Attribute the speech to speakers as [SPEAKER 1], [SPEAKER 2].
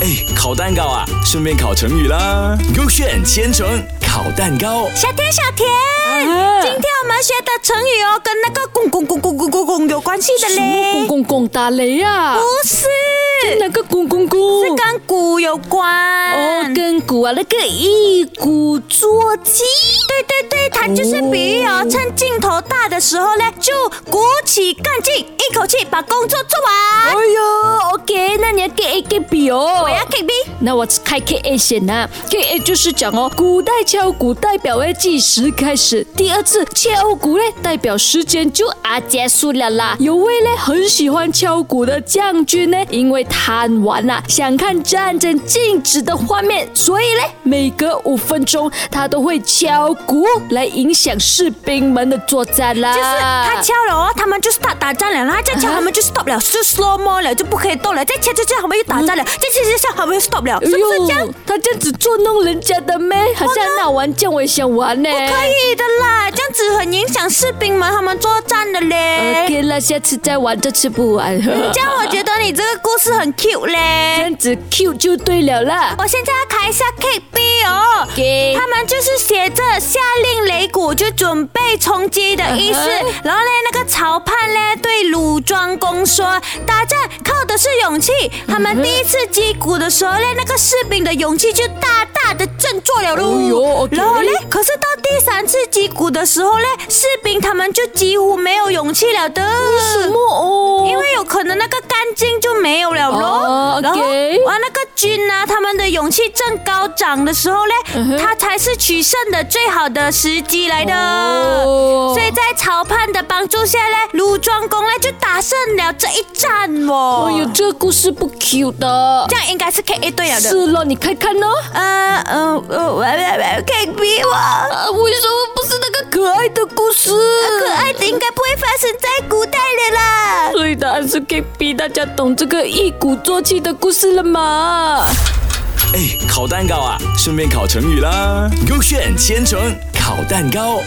[SPEAKER 1] 哎，烤蛋糕啊，顺便烤成语啦。勾选千层烤蛋糕，
[SPEAKER 2] 小田，小田，
[SPEAKER 3] 啊
[SPEAKER 2] 今天我们学的成语哦，跟那个“公公公公公公公”有关系的
[SPEAKER 3] 什么
[SPEAKER 2] 嘞
[SPEAKER 3] 公。公公打雷啊
[SPEAKER 2] 不？是，
[SPEAKER 3] 那个公公公？
[SPEAKER 2] 是跟鼓有关。
[SPEAKER 3] 哦，跟鼓啊，那个一鼓作气。
[SPEAKER 2] 对对对，它就是比喻哦，趁劲头大的时候呢，就鼓起干劲，一口气把工作做
[SPEAKER 3] 哎
[SPEAKER 2] 完。
[SPEAKER 3] 呦，OK，那你要给 A 给 B 哦。
[SPEAKER 2] 我要 K B，
[SPEAKER 3] 那我开 K A 先呐、k A 就是讲哦，古代敲鼓代表要计时开始，第二次敲鼓嘞代表时间就啊结束了啦。有位嘞很喜欢敲鼓的将军呢，因为贪玩啊，想看战争静止的画面，所以嘞每隔五分钟他都会敲鼓来影响士兵们的作战啦。
[SPEAKER 2] 就是他敲了哦，他们就是打打仗了，然后再敲
[SPEAKER 3] 啊
[SPEAKER 2] 他们就 stop 了，就 slow mo 了，就不可以动了，再敲再敲他们又打仗了，再敲再敲他们又 stop 了，
[SPEAKER 3] 哎
[SPEAKER 2] 是不是
[SPEAKER 3] 呦
[SPEAKER 2] 这样？，
[SPEAKER 3] 他这样子捉弄人家的咩？好像闹玩这样，我也想玩呢。
[SPEAKER 2] 可以的啦，这样子很影响士兵们他们作战的嘞。
[SPEAKER 3] OK 了，下次再玩就吃不完。
[SPEAKER 2] 这样哎我觉得你这个故事很 cute
[SPEAKER 3] 这
[SPEAKER 2] 嘞。
[SPEAKER 3] 样子 Q 就对了啦。
[SPEAKER 2] 我现在要开一下 K B 哦。
[SPEAKER 3] 给
[SPEAKER 2] 他们就是写着下令擂鼓，就准备冲击的意思。
[SPEAKER 3] 嗯哼
[SPEAKER 2] 然后嘞，那个曹盼嘞对鲁庄公说，打仗靠的是勇气。
[SPEAKER 3] 嗯
[SPEAKER 2] 他们第一次击鼓的时候嘞，那个士兵的勇气就大大的振作了喽。
[SPEAKER 3] 哎呦，OK
[SPEAKER 2] 然后嘞，可是到第三次击鼓的时候嘞，士兵他们就几乎没有勇气了的。
[SPEAKER 3] 什么哦？
[SPEAKER 2] 因为有可能那个干净就没有了咯
[SPEAKER 3] 哦。
[SPEAKER 2] 然后
[SPEAKER 3] OK
[SPEAKER 2] 哇，那个军呢、他们的勇气正高涨的时候嘞，
[SPEAKER 3] 嗯
[SPEAKER 2] 他才是取胜的最好的时机来的。
[SPEAKER 3] 哦
[SPEAKER 2] 所以在曹盼的帮助下嘞，鲁庄公嘞就打胜了这一战哦。
[SPEAKER 3] 哦哟，这个故事不 Q 的
[SPEAKER 2] 这。样应该是 K A 对了的。
[SPEAKER 3] 是咯，你看看呢。
[SPEAKER 2] 呃呃呃，我我我 K B 我。
[SPEAKER 3] 啊，为什么不是那个可爱的故事？
[SPEAKER 2] 呃可爱的应该不会发生在古代的啦。
[SPEAKER 3] 所以答案是 K B，大家懂这个一鼓作气的故事了吗？
[SPEAKER 1] 哎，烤蛋糕啊，顺便烤成语啦。勾选千层烤蛋糕。